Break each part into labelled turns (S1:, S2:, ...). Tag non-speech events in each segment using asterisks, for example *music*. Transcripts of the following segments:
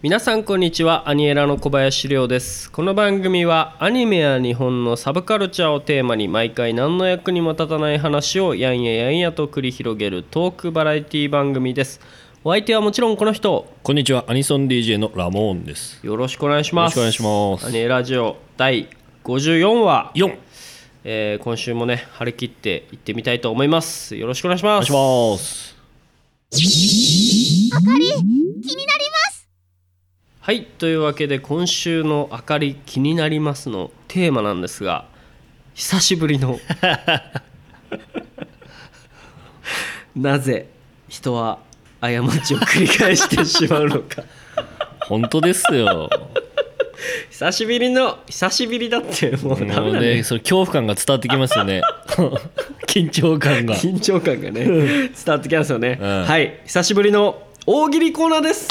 S1: 皆さんこんにちはアニエラの小林亮ですこの番組はアニメや日本のサブカルチャーをテーマに毎回何の役にも立たない話をやんややんやと繰り広げるトークバラエティ番組ですお相手はもちろんこの人
S2: こんにちは、アニソン DJ のラモーンです。
S1: よろしくお願いします
S2: よろしくお願いします
S1: アニエラジオ第54話、
S2: 4!
S1: えー今週もね張り切って行ってみたいと思いますよろしくお願いし
S2: お
S1: ます
S2: 願いします。
S1: はいというわけで今週の「明かり気になります」のテーマなんですが久しぶりのなぜ人は過ちを繰り返してしまうのか
S2: 本当です
S1: *laughs*
S2: よ。
S1: 久しぶりの久しぶりだってもうダメ
S2: もう
S1: だね
S2: ね、その恐怖感が伝わってきます
S1: *laughs*
S2: よね。緊張感が。
S1: 緊張感がね伝わってきますよね、
S2: うん
S1: はい久しぶりの大喜利コーナーです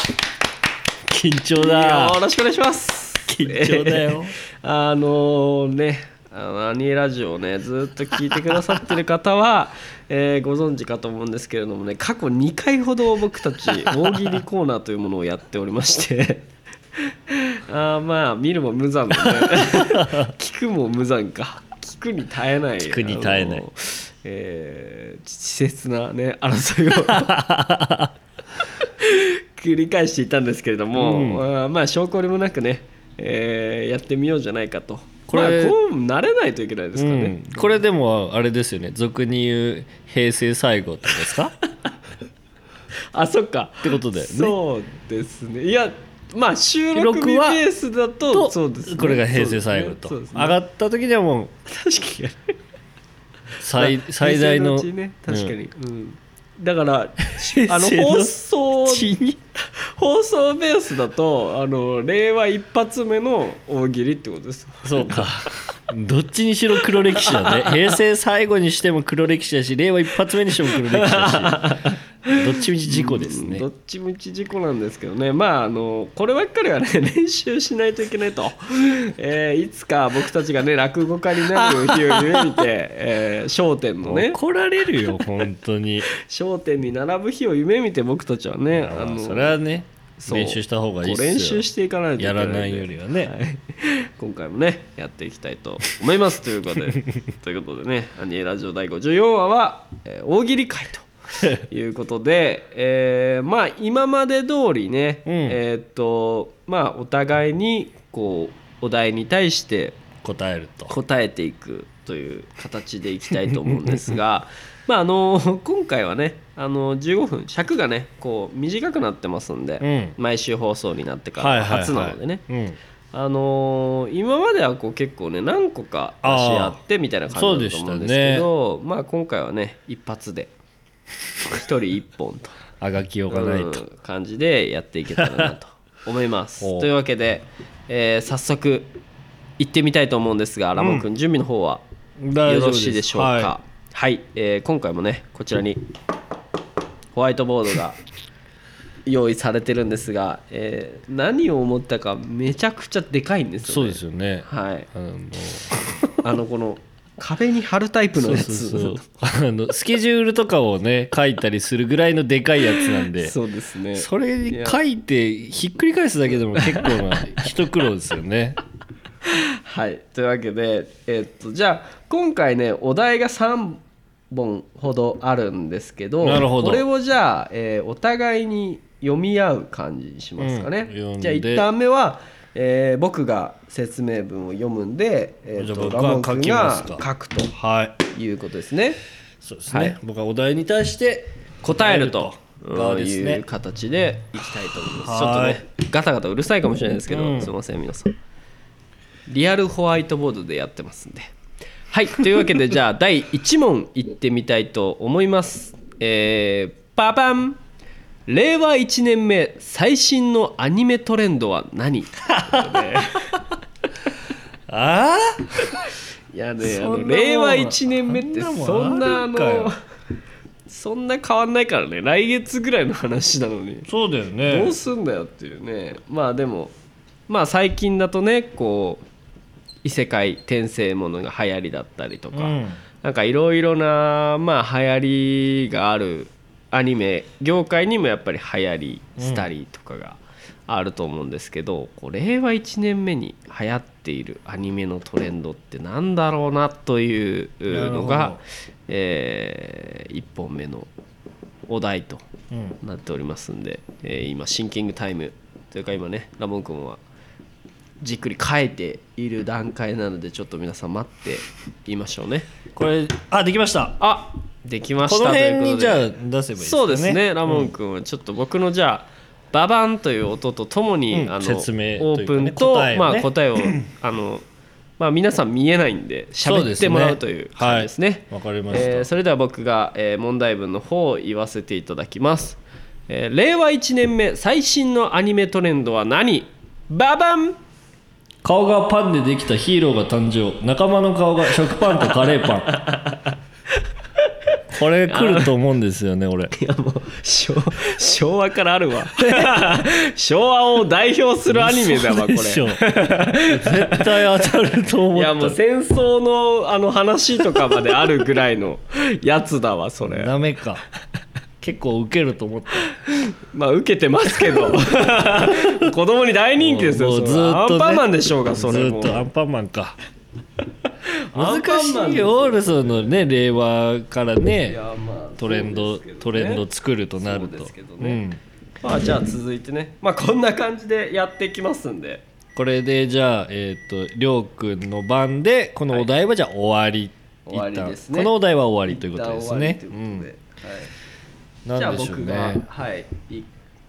S2: 緊張だ
S1: よ。ろしくお願いします
S2: 緊張だよ
S1: *laughs* あのねあのアニエラジオをねずっと聞いてくださってる方は、 *laughs* えーご存知かと思うんですけれどもね過去2回ほど僕た
S2: *laughs*
S1: ち大喜利コーナーというものをやっておりまして *laughs* あーまあ見るも無残だ
S2: *laughs*
S1: ね聞くも無残か聞くに耐えない聞
S2: くに耐えない
S1: えー、稚拙なね争いを繰り返していたんですけれども、
S2: うん
S1: まあまあ証拠りもなくね、えーやってみようじゃないかとこ
S2: こ
S1: れ、
S2: れ
S1: まあ、こう慣れないといけないですかね、
S2: うんこれでもあれですよね俗に言う平成最後ってことですか
S1: あそっか
S2: ってことだよ
S1: *laughs*
S2: ね
S1: そうですねいやまあ収録日
S2: 録は
S1: ベースだと
S2: と
S1: そうですね
S2: これが平成最後と、
S1: そうですね
S2: 上がった時にはもう
S1: そうですね確かに
S2: 最
S1: *laughs*
S2: 最大の
S1: 平成うちね確か
S2: うん
S1: に、うんだからあ
S2: 平
S1: の
S2: 成の
S1: 放送放送ベースだとあの令和一発目の大喜利ってことです
S2: そうかどっちにしろ黒歴
S1: *laughs*
S2: 史だね平成最後にしても黒歴史だし令和一発目にしても黒歴史だ
S1: *laughs*
S2: しどっちみち事故です
S1: うん
S2: ね
S1: どっちみち事故なんですけどねまああのこればっかりはね *laughs* 練習しないといけないと、えーいつか僕たちがね落語家になる日を夢見て、えー笑点のね
S2: 怒られるよ本
S1: *laughs*
S2: 当に
S1: 笑点に並ぶ日を夢見て僕たちはね
S2: あ
S1: あ
S2: の
S1: の
S2: それはね
S1: そう
S2: 練習した方がいい
S1: こ
S2: っす
S1: う
S2: よ
S1: 練習していかないといけ
S2: や
S1: ない
S2: ら
S1: んで
S2: ないよりはね、
S1: はい *laughs* 今回もねやっていきたいと思いますという
S2: *laughs*
S1: ことでということでね「アニエラジオ第54話は」えー大喜利会ということで、えーまあ今まで通りね、
S2: うん
S1: えーっとまあお互いにこうお題に対して
S2: *laughs* 答えると
S1: 答えていくという形でいきたいと思うんです
S2: *laughs*
S1: がまああの今回はねあの15分尺がねこう短くなってますんで、
S2: うん
S1: 毎週放送になってか
S2: はい
S1: ら
S2: はいはい
S1: 初なのでね、
S2: うん
S1: あのー今まではこう結構ね何個か出し合ってみたいな感じだったと思うんですけど、まあ今回はね一発で一人一本と
S2: あがきようがないと、
S1: うん感じでやっていけたらなと思い
S2: *laughs*
S1: ます
S2: おう
S1: というわけで、えー早速行ってみたいと思うんですがラモン君、準備の方は
S2: 大
S1: よ
S2: 丈夫
S1: ろ
S2: です
S1: しいでしょうかはい、
S2: は
S1: えー今回もねこちらにホワイトボード
S2: *laughs*
S1: が用意されてるんですが、えー何を思ったかめちゃくちゃでかいんですよね
S2: そうですよね
S1: はい
S2: あの
S1: あのこの壁に貼るタイプの
S2: そう
S1: や
S2: そう
S1: つ
S2: そうあのスケジュールとかをね書いたりするぐらいのでかいやつなん
S1: *laughs*
S2: で
S1: そうですね
S2: それに書いてひっくり返すだけでも結構な一苦労ですよね。
S1: はいというわけで、えっとじゃあ今回ねお題が3本ほどあるんですけど
S2: なるほど
S1: これをじゃあ、えーお互いに読み合う感じにしますかね、
S2: うん読んで
S1: じゃあ1段目は、えー僕が説明文を読むんで、えっ
S2: じゃあ
S1: と
S2: 僕
S1: ラ
S2: は
S1: モン君が
S2: 書きますか
S1: 書くと
S2: *laughs* はい。
S1: いうことですね
S2: そうですね。
S1: はい
S2: 僕はお題に対して
S1: 答えると
S2: 側です
S1: いう
S2: ね。
S1: 形でいきたいと思いますちょっと
S2: はい
S1: ねガタガタうるさいかもしれないですけど、
S2: うん
S1: すいません皆さんリアルホワイトボードでやってますんではいというわけで *laughs* じゃあ第1問いってみたいと思いますえー、パパン令和1年目最新のアニメトレンドは何い
S2: あ
S1: *laughs* やねあ
S2: そ
S1: の
S2: んなもん
S1: 令和1年目って
S2: そんな
S1: そん
S2: もん
S1: なあ
S2: あるかよ
S1: のそんな変わんないからね来月ぐらいの話なのに
S2: あ、そうだよね。
S1: どうすんだよっていうねまあでもまあ最近だとねこう異世界転生ものが流行りだったりとか、
S2: うん
S1: なんかいろいろなまあ流行りがあるアニメ業界にもやっぱり流行りしたりとかがあると思うんですけど、こう令和1年目に流行っているアニメのトレンドってなんだろうなというの
S2: なるほ
S1: が
S2: ど、
S1: え1本目のお題と
S2: うん
S1: なっておりますんで、えー今シンキングタイムというか今ねラモン君はじっくり書いている段階なのでちょっと皆さん待っていましょうね
S2: これあできました
S1: あできまし
S2: こ
S1: た
S2: の辺
S1: というこ
S2: に
S1: とで
S2: じゃあ出せばいいですかね
S1: そうですねラモ
S2: う
S1: ン
S2: ん
S1: 君はちょっと僕のじゃあババンという音とともに、
S2: うん
S1: あの
S2: 説明
S1: オ
S2: と
S1: ー
S2: いうか
S1: プ
S2: ね
S1: ンと
S2: 答えをね
S1: まあ、答 *laughs* えをあの、まあ、皆さん見えないんで
S2: そう
S1: 喋
S2: で
S1: っ
S2: すね
S1: てもらうという感じですね。
S2: わかりました、
S1: えーそれでは僕が、えー問題文の方を言わせていただきます、えー令和1年目最新のアニメトレンドは何ババン
S2: 顔がパンでできたヒーローが誕生仲間の顔が食パンとカレーパン *laughs* これ来ると思うんですよね俺
S1: いやもう昭昭和からあるわ *laughs* 昭和を代表するアニメだわこれ
S2: 嘘でしょ絶対当たると
S1: い
S2: 思
S1: やもう
S2: った
S1: 戦争のあの話とかまであるぐらい *laughs* のやつだわそれ
S2: ダメか結構ウケると思った
S1: まあ受けてますけ *laughs* ど子供に大人気ですよ
S2: も
S1: そうれ
S2: ずー
S1: ア
S2: っとね
S1: ンパンマンでしょうがそ
S2: ず
S1: れ
S2: ー
S1: も
S2: っとアンパンマンか
S1: ア
S2: 難
S1: ンパンマン
S2: しいよオールソンのね令和から
S1: い
S2: ね
S1: やまあ
S2: トレンド、
S1: そうですけどね
S2: トレンド作るとなる
S1: そう
S2: と
S1: ですけどねまあじゃあ続いてねまあこんな感じでやっていきますんで
S2: これでじゃあえっ、とりょうくんの番でこのお題はじゃあ終わり、
S1: 終わりですね
S2: 一旦このお題は終わりということですね
S1: 一旦終わりということではい
S2: うん、なんでしょう
S1: じゃあ僕
S2: ね
S1: がはいい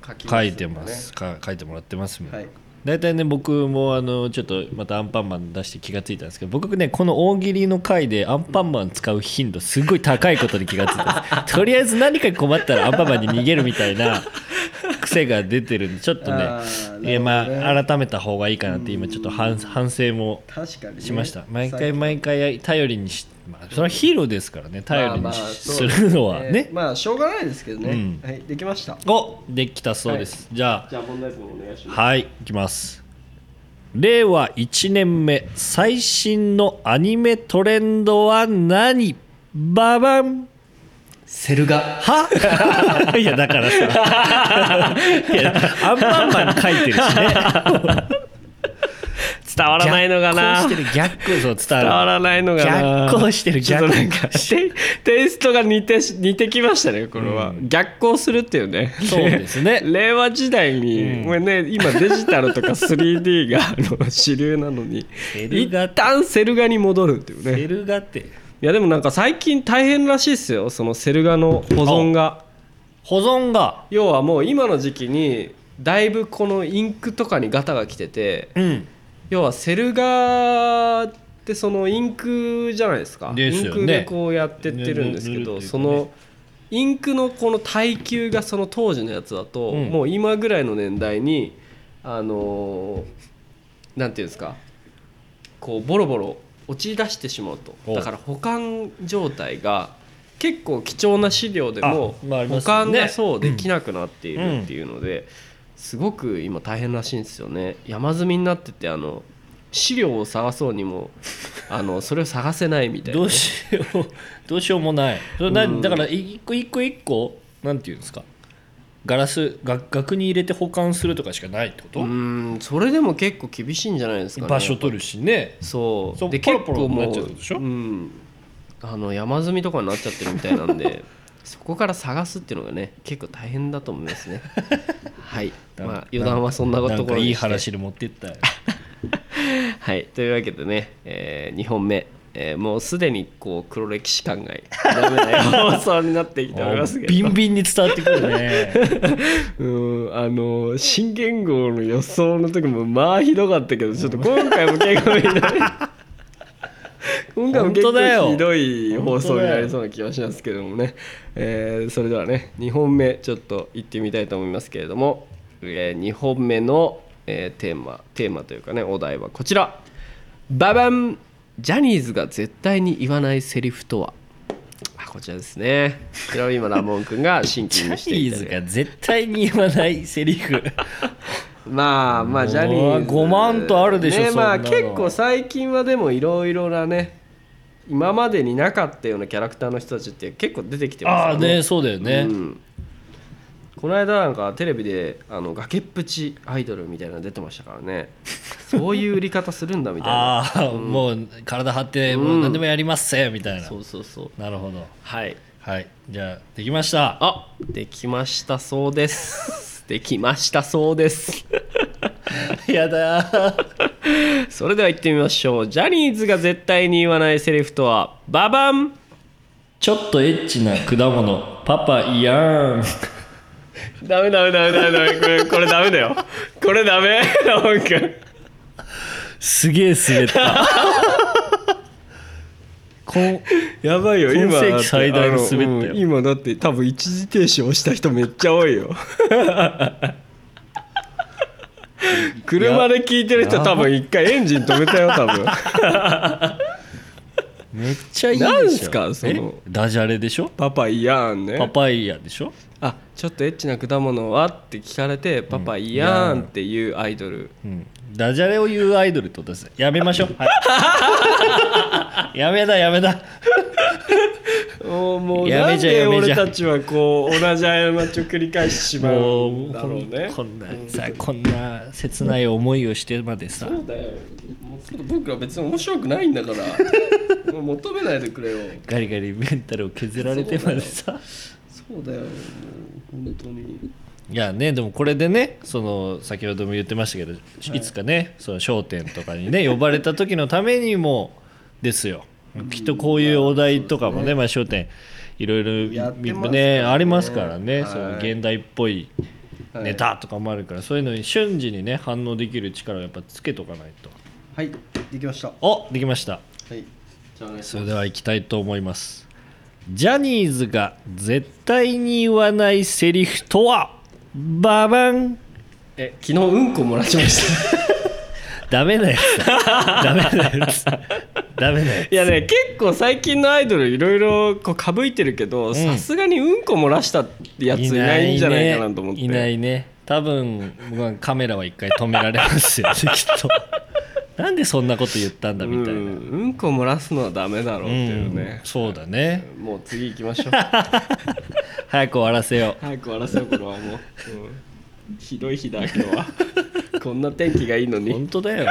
S1: 書き
S2: 書
S1: ま
S2: い
S1: しょ
S2: て
S1: うか
S2: ま
S1: ね
S2: すか書いてもらってますもん、
S1: はい
S2: 大体ね僕もあのちょっとまたアンパンマン出して気がついたんですけど僕ねこの大喜利の回でアンパンマン使う頻度すごい高いことに気がついたん
S1: *laughs*
S2: ですとりあえず何か困ったらアンパンマンに逃げるみたいな *laughs* 癖が出てるんでちょっとね
S1: あー
S2: いや
S1: なるほどね
S2: まあ改めた方がいいかなって今ちょっと反反省も
S1: 確かにね
S2: しました毎
S1: さっ
S2: 回
S1: き
S2: 毎回頼りにし、まあ、それはヒーローですからね頼り
S1: まあ
S2: に
S1: まあ
S2: し
S1: そ
S2: す
S1: う
S2: るのはね
S1: えーまあしょうがないですけどね、
S2: うん
S1: はいできました
S2: おできたそうです、じゃあ
S1: じゃあ問題文お願いします
S2: はいいきます令和1年目最新のアニメトレンドは何ババン
S1: セルガ
S2: は *laughs* いやだか
S1: *laughs*
S2: らさいやアンパンマン書いてるしね
S1: 伝わらないのかな
S2: 逆行してる逆行そう伝
S1: 伝わ
S2: わる
S1: らないのがな
S2: 逆行してる
S1: ちょっと
S2: 逆
S1: なんか *laughs* テテイストが似てし似てきましたねこれは、逆行するっていうね
S2: そうですね
S1: *laughs* 令和時代に、これね今デジタルとか 3D があの主流なのに
S2: セル
S1: 一
S2: ガ
S1: 旦セルガに戻るっていうね
S2: セルガって
S1: いやでもなんか最近大変らしいっすよそのセルガの保存が
S2: 保存が
S1: 要はもう今の時期にだいぶこのインクとかにガタが来てて
S2: うん
S1: 要はセルガってそのインクじゃないですか
S2: です
S1: イン
S2: よね
S1: クでこうやってってるんですけ
S2: 塗る塗るってい
S1: ど、
S2: うかね
S1: そのインクのこの耐久がその当時のやつだと、
S2: うん
S1: もう今ぐらいの年代にあのーなんていうんですかこうボロボロ落ち出してしまうと
S2: お
S1: だから保管状態が結構貴重な資料でも
S2: あまああり
S1: 保
S2: ますよ
S1: 管
S2: ね
S1: がそうできなくなっているっていうので、すごく今大変らしいんですよね山積みになっててあの資料を探そうにも *laughs* あのそれを探せないみたいなね、
S2: どうしよう *laughs* どうしようもないそれな
S1: うん
S2: だから一個一個一個なんていうんですかガラスが額に入れて保管するとかしかないってこと、
S1: うーんそれでも結構厳しいんじゃないですかね
S2: 場所取るしね
S1: そう
S2: そう
S1: で
S2: ポロ
S1: 結
S2: ポ
S1: 構
S2: ロにな
S1: も
S2: っちゃう
S1: う
S2: でしょ
S1: うん、あの山積みとかになっちゃってるみたいなんで *laughs* そこから探すっていうのがね結構大変だと思いますね
S2: *laughs*
S1: はい
S2: なん
S1: まあ
S2: か
S1: 余談はそんなところ
S2: なん
S1: にし
S2: か
S1: て
S2: いい話で持っ
S1: *laughs*
S2: てったよ
S1: はい、というわけでね、え2本目、えーもうすでにこう黒歴史感がダメな放送になってきており
S2: *laughs*
S1: ますけ
S2: ビ
S1: ど
S2: ンビンに伝わってくるね
S1: *laughs* うんあの新元号の予想の時もまあひどかったけどちょっと今回も結構ひどい今回も結
S2: 本当だよ
S1: 構ひどい放送になりそうな気がしますけどもね、えーそれではね2本目ちょっと行ってみたいと思いますけれども、え2本目の、えーテーマテーマというかねお題はこちらババンジャニーズが絶対に言わないセリフとはあこちらですねこれを今ラモン君がシンキ
S2: ジ
S1: ン
S2: ャ
S1: グして
S2: ニ
S1: い
S2: ー
S1: ただ
S2: ズ
S1: *laughs* いて
S2: が絶対に言わないセリフ
S1: まあまあジャニーズ
S2: うわ5万とあるでしょ
S1: ね
S2: そん
S1: ま
S2: な
S1: あ
S2: の
S1: 結構最近はでもいろいろなね今までになかったようなキャラクターの人たちって結構出てきてます
S2: あ
S1: か
S2: あ
S1: ら
S2: ねそうだよね、
S1: うん、この間なんかテレビであの崖っぷちアイドルみたいなの出てましたからねそういう売り方するんだみたいな
S2: *laughs* ああ、もう体張ってもう何でもやりますせみたいな、
S1: そうそうそう
S2: なるほど
S1: はい
S2: はいじゃあできました
S1: あできましたそうですできましたそうです *laughs*
S2: やだー
S1: それでは行ってみましょうジャニーズが絶対に言わないセリフとはババン
S2: ちょっとエッチな果物パパいやーん
S1: ダメダメダメダメダメこれこれダメだ
S2: *laughs*
S1: よこれダメラモン君
S2: すげえ滑ったこう
S1: やばいよ
S2: 今
S1: 今
S2: 世紀最大の滑った
S1: あ
S2: よ
S1: のうん今だって多分一時停止をした人めっちゃ多いよ車で聞いてる人多分一回エンジン止めたよ多分
S2: *laughs* めっちゃいいでしょ
S1: なんすかその
S2: えダジャレでしょ
S1: パパイヤーン
S2: パ
S1: ね
S2: パイヤでしょ
S1: あちょっとエッチな果物はって聞かれてパパイヤーンっていうアイドル
S2: うんダジャレを言うアイドルってことですやめま
S1: *laughs*
S2: しょう、はい、やめだやめだ
S1: もうもう
S2: や
S1: な
S2: め
S1: ん
S2: ちゃ
S1: で
S2: やめちゃ
S1: 俺たちはこう同じ過ちを繰り返してしま
S2: も
S1: う
S2: うん
S1: だろうね
S2: こんなさこんな切ない思いをしてまでさ
S1: そうだよもうちょっと僕ら別に面白くないんだから *laughs* もう求めないでくれよ
S2: ガリガリメンタルを削られてまでさ
S1: そうだよもう本当に
S2: いやねでもこれでねその先ほども言ってましたけど、いつかね『その笑点』とか
S1: *laughs*
S2: にね呼ばれた時のためにもですよきっとこういうお題とかもね『まあ、笑点』いろい
S1: や
S2: ろ
S1: ってますからね
S2: ねありますからね、
S1: はい
S2: そう現代っぽい
S1: はい
S2: ネタとかもあるから、そういうのに瞬時にね反応できる力をやっぱつけとかないと。
S1: はいできましたは
S2: おできました
S1: いじゃあね
S2: それでは行きたいと思いますジャニーズが絶対に言わないセリフとはババン
S1: え昨日うんこもらしま *laughs* した
S2: ダメなやつだダメなやつダメなやつ
S1: いやね結構最近のアイドルいろいろこうかぶいてるけどさすがにうんこ漏らしたやついないんじゃないかなと思って
S2: いないねいないね多分僕はカメラは一回止められます
S1: *laughs*
S2: よきっとなんでそんなこと言ったんだみたいな、
S1: う
S2: うんん
S1: うんこ漏らすのはダメだろうっていうね、
S2: そうだね
S1: もう次行きま
S2: *laughs*
S1: しょう
S2: 早く終わらせよ
S1: 早く終わらせようこれはもう、うんひどい日だ今日は *laughs* こんな天気がいいの
S2: う
S1: に
S2: 本当だよ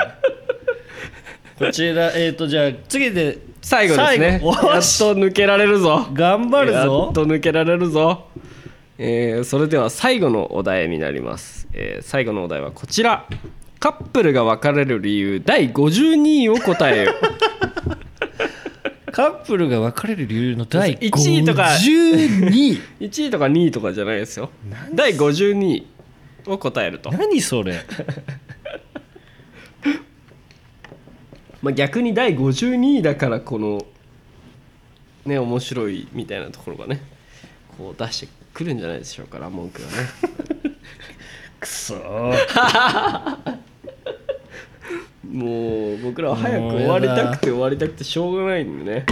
S2: こちらえっ、ー、とじゃあ次で
S1: 最後ですねや
S2: 最後
S1: っと抜けられるぞ
S2: 頑張る
S1: やっ
S2: ぞ
S1: と抜けられるぞ、えーそれでは最後のお題になります、えー最後のお題はこちらカップルが別れる理由第52位を答 *laughs* えよ
S2: カップルが別れる理由の第
S1: 1位とか
S2: 52位
S1: 1位とか2位とかじゃないですよ第52位を答えると、
S2: 何それ
S1: まあ、逆に第52位だからこのね面白いみたいなところがねこう出してくるんじゃないでしょうかラモン君はね
S2: *laughs* くそ
S1: もう僕らは早く終わりたくて終わりたくてしょうがないんでね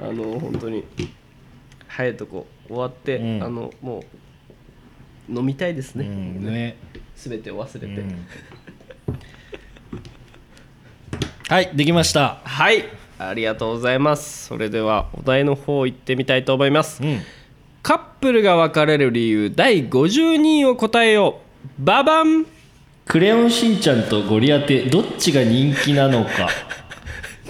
S1: あの本当に早いとこ終わって、
S2: うん
S1: あのもう飲みたいです
S2: う
S1: ね、
S2: んね
S1: 全てを忘れて、
S2: はいできました
S1: はいありがとうございますそれではお題の方行ってみたいと思います、
S2: うん
S1: カップルが別れる理由第52位を答えようババン
S2: クレヨンしんちゃんとゴリアテどっちが人気なのか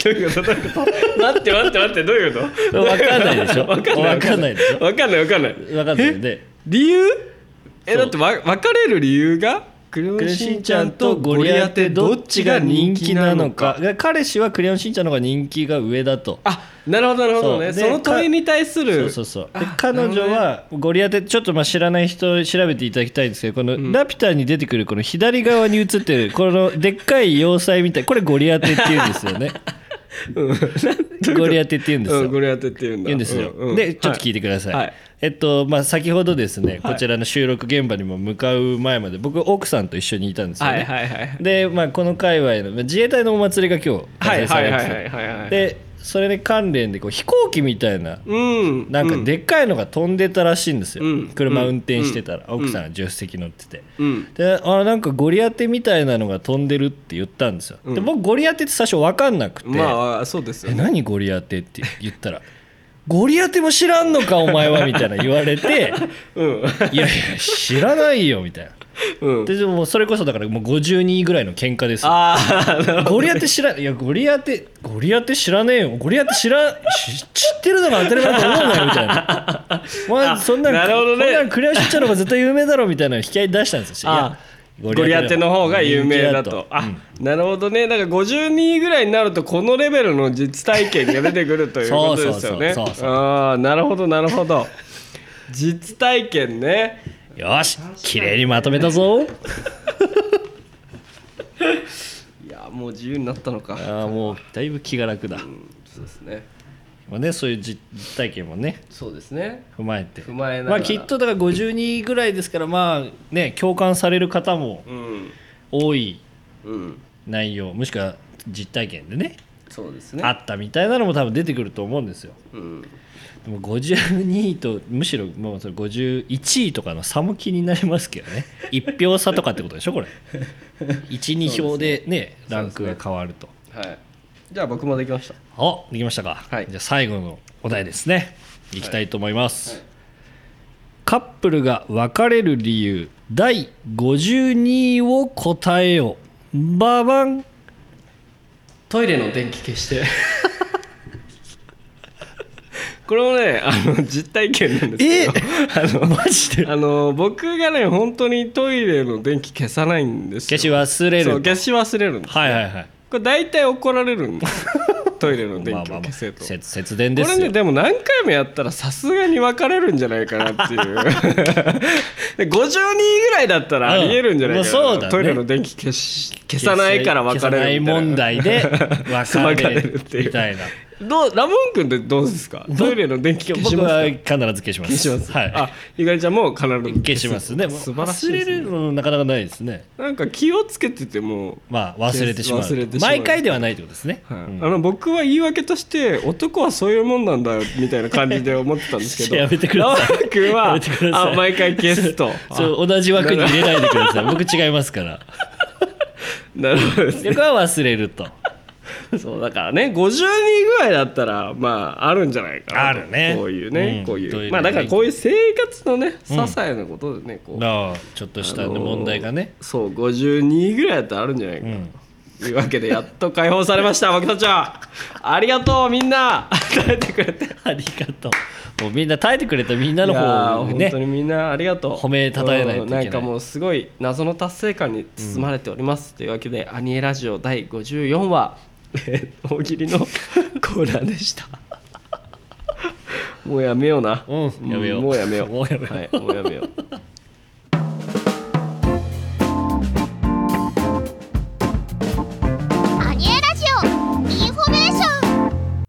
S1: どういうことどういうこと待って待って待ってどういうこ
S2: わかんないでしょ
S1: わかんない
S2: わかんないでしょ
S1: とわかんないわかんない
S2: わかんないよね
S1: 理由え
S2: そう
S1: だってわ別れる理由がクレヨ
S2: クレヨンしんちゃんとゴリアテどっちが人気なのか彼氏はクレヨンしんちゃんの方が人気が上だと
S1: あなるほどなるほどね
S2: そ
S1: そう
S2: で
S1: の問いに対す
S2: そう
S1: る
S2: そうそうで
S1: あ
S2: 彼女
S1: な
S2: はゴリアテちょっとまあ知らない人調べていただきたいんですけどこの「ラピュタ」に出てくるこの左側に映ってるこのでっかい要塞みたいこれゴリアテって言うんですよね *laughs* ゴリアテって言うんです
S1: う
S2: よ
S1: ん、ゴリアテって言うんだ
S2: 言うんですよ、
S1: うう
S2: でちょっと聞いてください、
S1: はいはい
S2: えっとまあ先ほどですね、
S1: はい
S2: こちらの収録現場にも向かう前まで僕奥さんと一緒にいたんですよね、
S1: はいはいはいはい
S2: で、まあ、この界隈のまあ自衛隊のお祭りが今日開催されて
S1: はいはいはいはいはいは
S2: た
S1: い
S2: でそれで関連でこう飛行機みたいな
S1: うん
S2: なんか
S1: う
S2: でっかいのが飛んでたらしいんですよ、
S1: うん
S2: 車運転してたら、
S1: うん
S2: 奥さんが助手席乗ってて、
S1: うん
S2: であなんかゴリアテみたいなのが飛んでるって言ったんですよ、
S1: うん
S2: で僕ゴリアテって最初分かんなくて、
S1: まあそうですよ
S2: え
S1: ね
S2: 何ゴリアテって言ったら「ゴリアテも知らんのかお前は」みたいな言われ
S1: *laughs*
S2: て
S1: うん
S2: 「いやいや知らないよ」みたいな
S1: うん
S2: ででももうそれこそだからもう50人ぐらいの喧嘩ですよ
S1: ああなるほど
S2: ゴリアテ知らいやゴリアテゴリアテ知らねえよゴリアテ知らし知ってるのが当たり前だと思うなよみたいなお前
S1: *laughs* あ
S2: そんなん
S1: なるほどね
S2: こんなんクレアシッチャーの方が絶対有名だろみたいなの引き合い出したんですよいや
S1: あゴリアテの方が有名だと
S2: う
S1: あ
S2: ん
S1: なるほどねだから52位ぐらいになるとこのレベルの実体験が出てくるということですよね
S2: そうそうそうそうそう
S1: ああなるほどなるほど実体験ね
S2: よし綺麗にまとめ
S1: *laughs*
S2: たぞ
S1: いやもう自由になったのか
S2: ああもうだいぶ気が楽だ、
S1: そうですね
S2: まあね、そういう実実体験もね
S1: そうですね
S2: 踏まえて
S1: 踏まえながら
S2: まあきっとだから52ぐらいですからまあね共感される方も
S1: うん
S2: 多い
S1: うん
S2: 内容もしくは実体験でね
S1: そうですね
S2: あったみたいなのも多分出てくると思うんですよ
S1: うん
S2: でも52位とむしろもうそれ51位とかの差も気になりますけどね1票差とかってことでしょ
S1: *laughs*
S2: これ12票でねランクが変わると
S1: はいじゃあ僕もできました
S2: あできましたか、
S1: はい
S2: じゃあ最後のお題ですねいきたいと思います、カップルが別れる理由第52位を答えよババン
S1: トイレの電気消して
S2: *laughs*
S1: これもねあの実体験なん
S2: *laughs*
S1: ですけど
S2: マジ *laughs* で
S1: あの僕がね本当にトイレの電気消さないんです
S2: 消
S1: よ
S2: し忘れ
S1: そう
S2: る
S1: 消し忘れるんです
S2: はいはいはい
S1: これ大体怒られるん
S2: *laughs*
S1: ですトイレの
S2: ま
S1: 電
S2: あ
S1: 気
S2: まあ
S1: を
S2: まあ
S1: 消せと、
S2: 節節電です
S1: こ
S2: よ
S1: れねでも何回もやったらさすがに分かれるんじゃないかなっていう
S2: *laughs*
S1: で52ぐらいだったらありえるんじゃないかな、
S2: うんまあそうだね
S1: トイレの電気消し消さないから別れるみ
S2: 消
S1: た
S2: さない
S1: い
S2: 問
S1: な
S2: 題で別れ
S1: 別れ
S2: る
S1: るっていう
S2: みたいな
S1: どうラモン君ってどうですかトイレの電 *laughs* 気消し
S2: 僕
S1: ます
S2: は
S1: か
S2: 必ず消します
S1: 消します、
S2: はい
S1: あゆかりちゃんも必ず
S2: 消しますねもう
S1: 素晴らしいです
S2: 忘
S1: ね
S2: れるのなかなかないですね
S1: なんか気をつけてても
S2: まあ忘れてしまう
S1: 忘れてしまう
S2: 毎回ではないってことですね、
S1: はい
S2: うん
S1: あの僕は言い訳として男はそういうもんなんだよみたいな感じで思ってたんですけど
S2: やめてください
S1: ラマン君は
S2: やめてください
S1: あ毎回消すと
S2: *laughs* そう同じ枠に入れないでください僕違います
S1: *laughs*
S2: から
S1: あなるほどですね
S2: 僕は忘れると
S1: そうだからね52ぐらいだったらまああるんじゃないかな
S2: あるね
S1: こういうね、
S2: うん
S1: こうい
S2: トイ
S1: う
S2: レの
S1: まあだからこういう生活のね些細なことでね、こう
S2: なあちょっとしたね問題がね、
S1: そう52ぐらいだったらあるんじゃないかな、というわけでやっと解放されました僕たちはありがとうみんな耐えてくれて
S2: *laughs* ありがとうもうみんな耐えてくれたみんないの
S1: や
S2: 方を
S1: ー
S2: ね
S1: 本当にみんなありがとう
S2: 褒め称えないといけない
S1: うんんかもうすごい謎の達成感に包まれております、というわけで「アニエラジオ第54話」 *laughs* えー大喜利のコーナーで
S2: *laughs*
S1: したもうやめような、
S2: うんやめよう
S1: もうやめよう
S2: もうやめよう
S1: はい、もうやめよう
S3: アニエラジオインフォメーション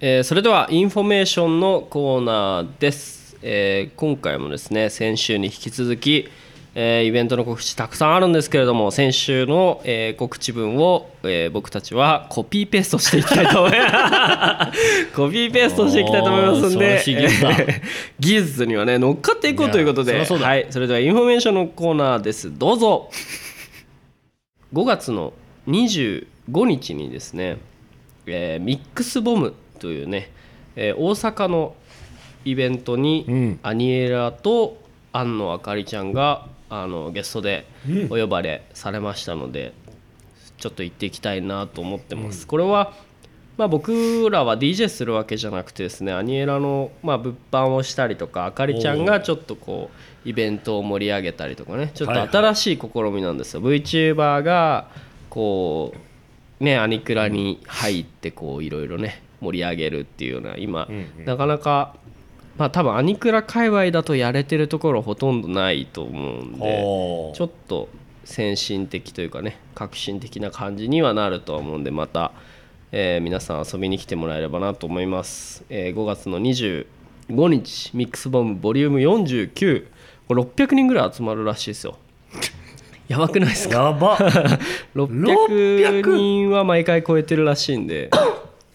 S1: えーそれではインフォメーションのコーナーです、えー今回もですね先週に引き続き、えーイベントの告知たくさんあるんですけれども先週の、えー告知文を、えー僕たちはコピーペーストしていきたいと思います
S2: *laughs*
S1: コピーペーストしていきたいと思いますん
S2: おー
S1: で
S2: 素晴らしい技術だ
S1: えー *laughs* 技術にはね乗っかっていこうということ
S2: い
S1: で
S2: やそりゃそうだ
S1: はい、それではインフォメーションのコーナーですどうぞ5月の25日にですね、えーミックスボムというね、えー大阪のイベントに、
S2: うん
S1: アニエラと庵野あかりちゃんがあのゲストでお呼ばれされましたので、ちょっと行っていきたいなと思ってます、これは、まあ、僕らは DJ するわけじゃなくてですねアニエラの、まあ、物販をしたりとかあかりちゃんがちょっとこうイベントを盛り上げたりとかねちょっ
S2: はいは
S1: と
S2: い
S1: 新しい試みなんですよ、VTuber がこうねアニクラに入ってこういろいろね盛り上げるっていうような今、
S2: んうん
S1: なかなかまあ多分アニクラ界隈だとやれてるところほとんどないと思うんで
S2: おー
S1: ちょっと先進的というかね革新的な感じにはなるとは思うんでまた、えー皆さん遊びに来てもらえればなと思います、えー5月の25日ミックスボムボリューム49これ600人ぐらい集まるらしいですよ *laughs* やばくないですか
S2: やば
S1: 600人は毎回超えてるらしいんで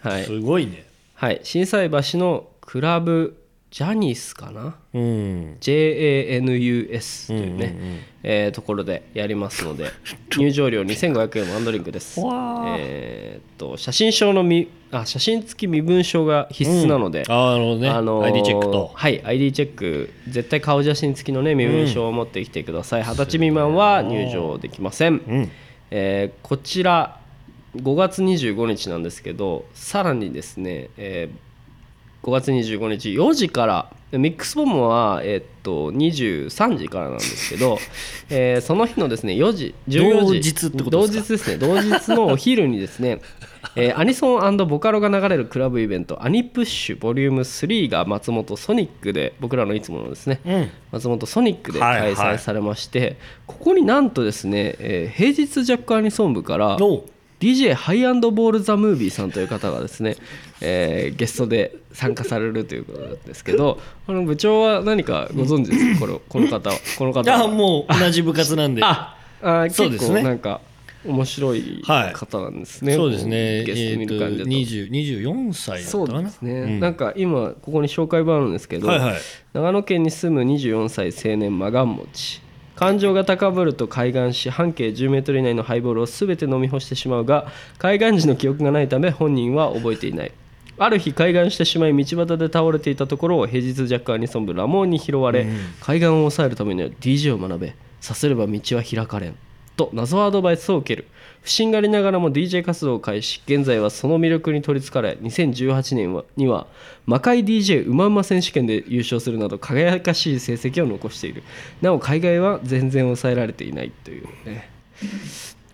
S1: はい、
S2: すごいね
S1: はい、震災橋のクラブジャニスかな
S2: うん
S1: JANUS というね、
S2: うんうんうん
S1: えーところでやります
S2: *laughs*
S1: ので入場料2500円ワンドリンクです
S2: わー
S1: えーっと写真証のみあ写真付き身分証が必須なので、
S2: あーなるほどね、
S1: あのー
S2: ID チェックと
S1: はい ID チェック絶対顔写真付きのね身分証を持ってきてください二十、歳未満は入場できません、
S2: うん
S1: えーこちら5月25日なんですけどさらにですね、えー5月25日4時からミックスボムは、えーっと23時からなんですけど、 *laughs* えーその日のですね4時14時
S2: 同日ってことですか
S1: 同日ですね同日のお昼にですね、 *laughs* えーアニソンボカロが流れるクラブイベント「アニプッシュボリューム3が松本ソニックで僕らのいつものですね、
S2: うん
S1: 松本ソニックで
S2: はいは
S1: 開催
S2: い
S1: されまして、ここになんとですね、えー平日ジャックアニソン部から
S2: お
S1: DJ ハイアンドボール・ザ・ムービーさんという方がですね、えーゲストで参加されるということなんですけどこの部長は何かご存知ですかこのこの方はこの方
S2: あ
S1: は
S2: もう同じ部活なんで
S1: ああ結
S2: そうですね
S1: 構なんか面白い
S2: はい
S1: 方なんですね、
S2: そうですね
S1: こゲスト見る感じだと、
S2: えーと20 24歳だ
S1: そ
S2: っ
S1: う
S2: たかな
S1: ですね、
S2: うん
S1: なんか今ここに紹介版あるんですけど、
S2: はいはい
S1: 長野県に住む24歳青年マガン持ち感情が高ぶると海岸し半径1 0メートル以内のハイボールを全て飲み干してしまうが海岸時の記憶がないため本人は覚えていないある日海岸してしまい道端で倒れていたところを平日ジャックアニソン部ラモーに拾われ、海岸を抑えるためには DJ を学べさすれば道は開かれんと謎アドバイスを受ける不審がりながらも DJ 活動を開始現在はその魅力に取りつかれ2018年はには魔界 DJ うまうま選手権で優勝するなど輝かしい成績を残しているなお海外は全然抑えられていないというね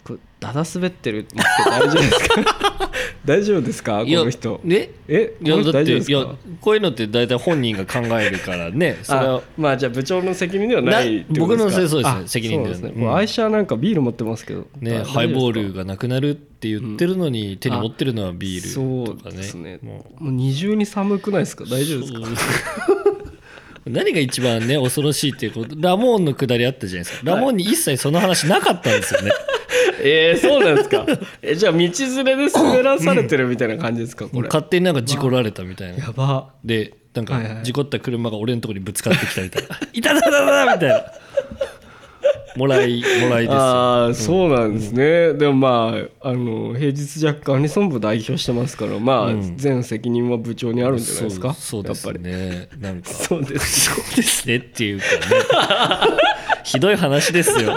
S1: これだだ滑ってるんですけど大丈夫ですか *laughs* 大丈夫ですかこ
S2: いや
S1: の人
S2: ね
S1: え
S2: いや
S1: この人
S2: だっ
S1: 大丈夫
S2: て
S1: です
S2: い
S1: か
S2: やこういうのって大体本人が考えるか
S1: *laughs*
S2: らねそれ
S1: あ
S2: は
S1: まあじゃあ部長の責任ではないってこと
S2: な僕の
S1: ですか
S2: せいそうですね
S1: あ
S2: 責任ではない
S1: そうです
S2: う
S1: ね、
S2: ん
S1: これアイシャーなんかビール持ってますけど、大丈夫
S2: ね
S1: ですか
S2: ハイボールがなくなるって言ってるのに手に持ってるのはビールと
S1: そ
S2: か
S1: う
S2: ね,、
S1: ですねも
S2: も
S1: う二重に寒くないですか大丈夫ですか
S2: う *laughs* 何が一番ね恐ろしいっていうことラモーンのくだりあったじゃないですかラモーンに一切その話なかったんですよね
S1: えー、そうなんですかえじゃあ道連れで滑らされてるみたいな感じです *laughs* かこれ
S2: 勝手になんか事故られたみたいな
S1: やば
S2: でなん
S1: はいは
S2: か
S1: い
S2: 事故った車が俺のところにぶつかってきたみたい
S1: *laughs*
S2: な「いたたたた!」みたいなもらいもらいですよ
S1: ああそうなんですね、でもまああの平日ジャックアニソン部代表してますからまあ、
S2: うん
S1: 全責任は部長にあるんじゃないですか
S2: そうそうですねなんか
S1: やっぱりそうです
S2: そうですねっていうかねひどい話です
S1: *laughs*
S2: よ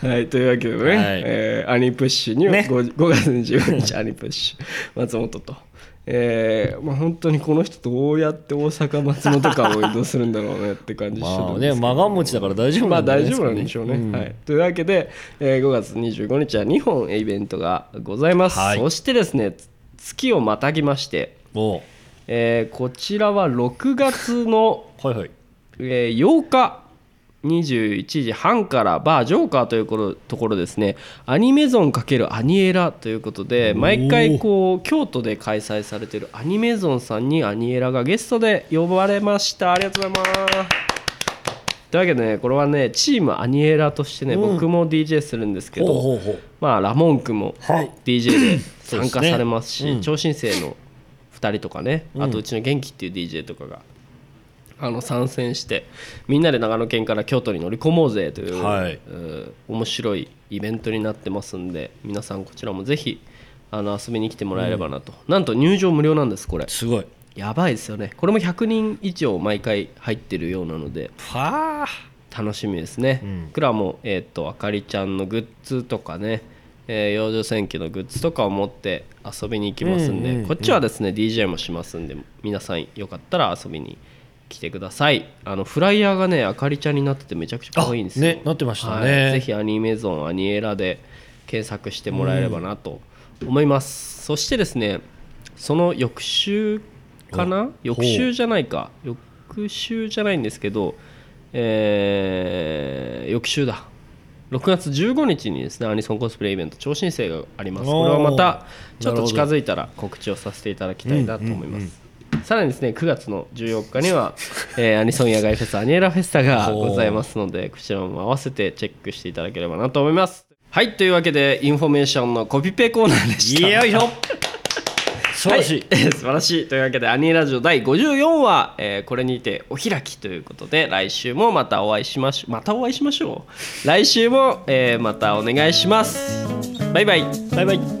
S1: はい、というわけでね、
S2: はい
S1: えーアニプッシュには、
S2: ね
S1: 5, 5月25日アニプッシュ *laughs* 松本と、えーまあ、本当にこの人どうやって大阪松本間を移動するんだろうねって感じして
S2: ま
S1: る
S2: あ
S1: んで
S2: ね
S1: すけど、
S2: マガン持ちだから大丈夫
S1: ま
S2: な
S1: あ
S2: ん
S1: 大
S2: じゃいす
S1: 丈夫
S2: か
S1: なんでしょうね。
S2: ん
S1: はい、というわけで、えー5月25日は2本イベントがございます。
S2: はい
S1: そしてですねつ月をまたぎまして、
S2: も
S1: えーこちらは6月の
S2: うはいはい
S1: えー8日21時半からバージョーカーということところですねアニメゾン×アニエラということで毎回こう京都で開催されているアニメゾンさんにアニエラがゲストで呼ばれましたありがとうございますというわけでねこれはねチームアニエラとしてね、
S2: うん
S1: 僕も DJ するんですけ
S2: ほう
S1: ど
S2: ほうほう
S1: まあラモン君も
S2: はい
S1: DJ で
S2: *clears throat*
S1: 参
S2: そ
S1: 加
S2: うですね
S1: されますし
S2: うん
S1: 超新星の2人とかね、
S2: うん
S1: あとうちの元気っていう DJ とかがあの参戦してみんなで長野県から京都に乗り込もうぜという、
S2: はいう
S1: ー面白いイベントになってますんで皆さんこちらもぜひあの遊びに来てもらえればなと、なんと入場無料なんですこれ
S2: すごい
S1: やばいですよねこれも100人以上毎回入ってるようなので
S2: はあ
S1: 楽しみですね、
S2: うん
S1: 僕らも、えー、とあかりちゃんのグッズとかね、えー、養生戦記のグッズとかを持って遊びに行きますんで、
S2: うんうんうん
S1: こっちはですね DJ もしますんで皆さんよかったら遊びに来てくださいあのフライヤーがねあかりちゃんになっててめちゃくちゃ可愛いんですよ
S2: あねなってましたね
S1: はいぜひアニメゾンアニエラで検索してもらえればなと思います、そしてですねその翌週かな翌週じゃないか翌週じゃないんですけど、えー翌週だ6月15日にですねアニソンコスプレイベント超新星がありますこれはまた
S2: おー
S1: ちょっ
S2: な
S1: と
S2: るほど
S1: 近づいたら告知をさせていただきたいなと思います、
S2: うんうんうん
S1: さらにですね9月の14日には、えーアニソン野外フェスアニエラフェスタがございますのでこちらも合わせてチェックしていただければなと思いますはいというわけでインフォメーションのコピペコーナーでした
S2: よいしょ素晴らしい、
S1: はい、 *laughs* 素晴らしいというわけで「アニーラジオ第54話、えーこれにてお開き」ということで来週もまたお会いしましょうまたお会いしましょう来週も、えーまたお願いしますバイバイ
S2: バイバイ